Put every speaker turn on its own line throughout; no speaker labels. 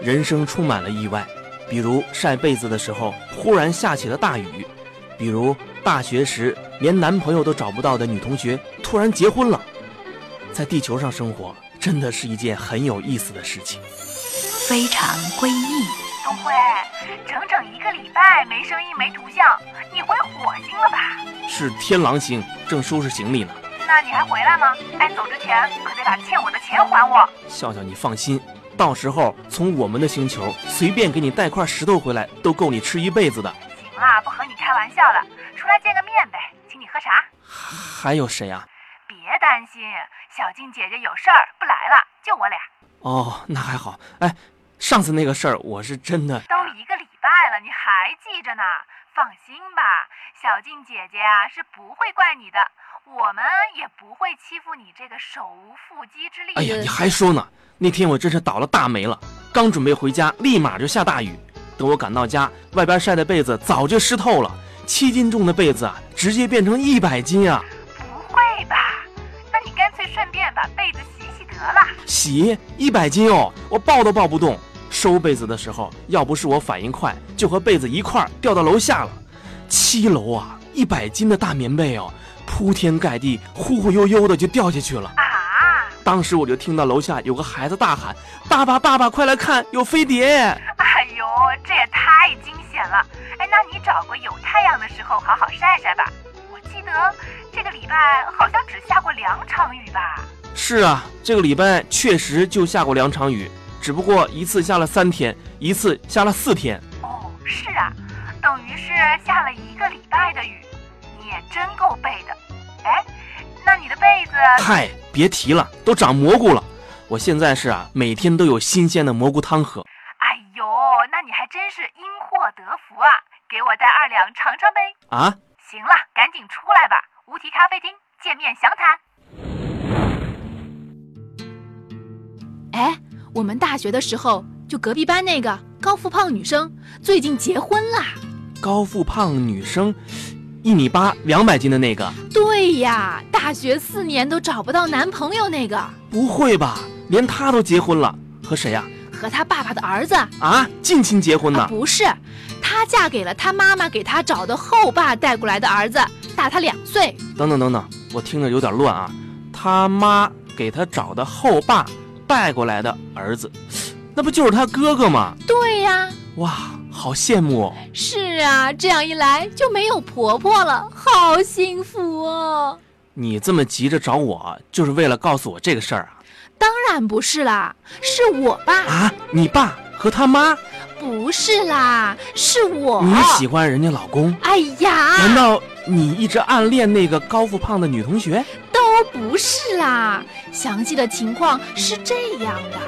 人生充满了意外，比如晒被子的时候忽然下起了大雨，比如大学时连男朋友都找不到的女同学突然结婚了。在地球上生活真的是一件很有意思的事情。
非常诡异，
东辉，整整一个礼拜没声音没图像，你回火星了吧？
是天狼星，正收拾行李呢。
那你还回来吗？哎，走之前可得把欠我的钱还我。
笑笑，你放心，到时候从我们的星球随便给你带块石头回来，都够你吃一辈子的。
行啦，不和你开玩笑了，出来见个面呗，请你喝茶。
还有谁啊？
别担心，小静姐姐有事儿不来了，就我俩。
哦，那还好。哎，上次那个事儿，我是真的
都一个礼拜了，你还记着呢？放心吧，小静姐姐啊是不会怪你的，我们也不会欺负你这个手无缚鸡之力。
哎呀，你还说呢？那天我真是倒了大霉了，刚准备回家，立马就下大雨。等我赶到家，外边晒的被子早就湿透了，七斤重的被子啊，直接变成一百斤啊！
不会吧？那你干脆顺便把被子洗洗得了。
洗一百斤哦，我抱都抱不动。收被子的时候，要不是我反应快，就和被子一块儿掉到楼下了。七楼啊，一百斤的大棉被哦，铺天盖地，忽忽悠悠的就掉下去了。
啊
当时我就听到楼下有个孩子大喊：“爸爸，爸爸，快来看，有飞碟
哎呦，这也太惊险了！哎，那你找个有太阳的时候好好晒晒吧。我记得这个礼拜好像只下过两场雨吧？！”
是啊，这个礼拜确实就下过两场雨，只不过一次下了三天，一次下了四天。
哦，是啊，等于是下了一个礼拜的雨，你也真够背的。哎，那你的被子哎
嗨，别提了，都长蘑菇了。我现在是啊，每天都有新鲜的蘑菇汤喝。
哎呦，那你还真是因祸得福啊！给我带二两尝尝呗。
啊，
行了，赶紧出来吧，无题咖啡厅见面详谈。
哎，我们大学的时候，就隔壁班那个高富胖女生，最近结婚啦。
高富胖女生，一米八，两百斤的那个，
对呀，大学四年都找不到男朋友那个，
不会吧？连她都结婚了，和谁呀、
和她爸爸的儿子，啊、
啊？近亲结婚呢？
不是，她嫁给了她妈妈给她找的后爸带过来的儿子，大她两岁。
等等等等，我听着有点乱啊。他妈给他找的后爸带过来的儿子，那不就是他哥哥吗？
对呀，
哇，好羡慕哦！
是啊，这样一来就没有婆婆了，好幸福哦。
你这么急着找我，就是为了告诉我这个事儿啊？
当然不是啦，是我爸，
啊，你爸和他妈，
不是啦，是我。
你喜欢人家老公？
哎呀，
难道你一直暗恋那个高富胖的女同学？
都不是啦，详细的情况是这样的。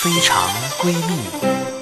非常闺蜜。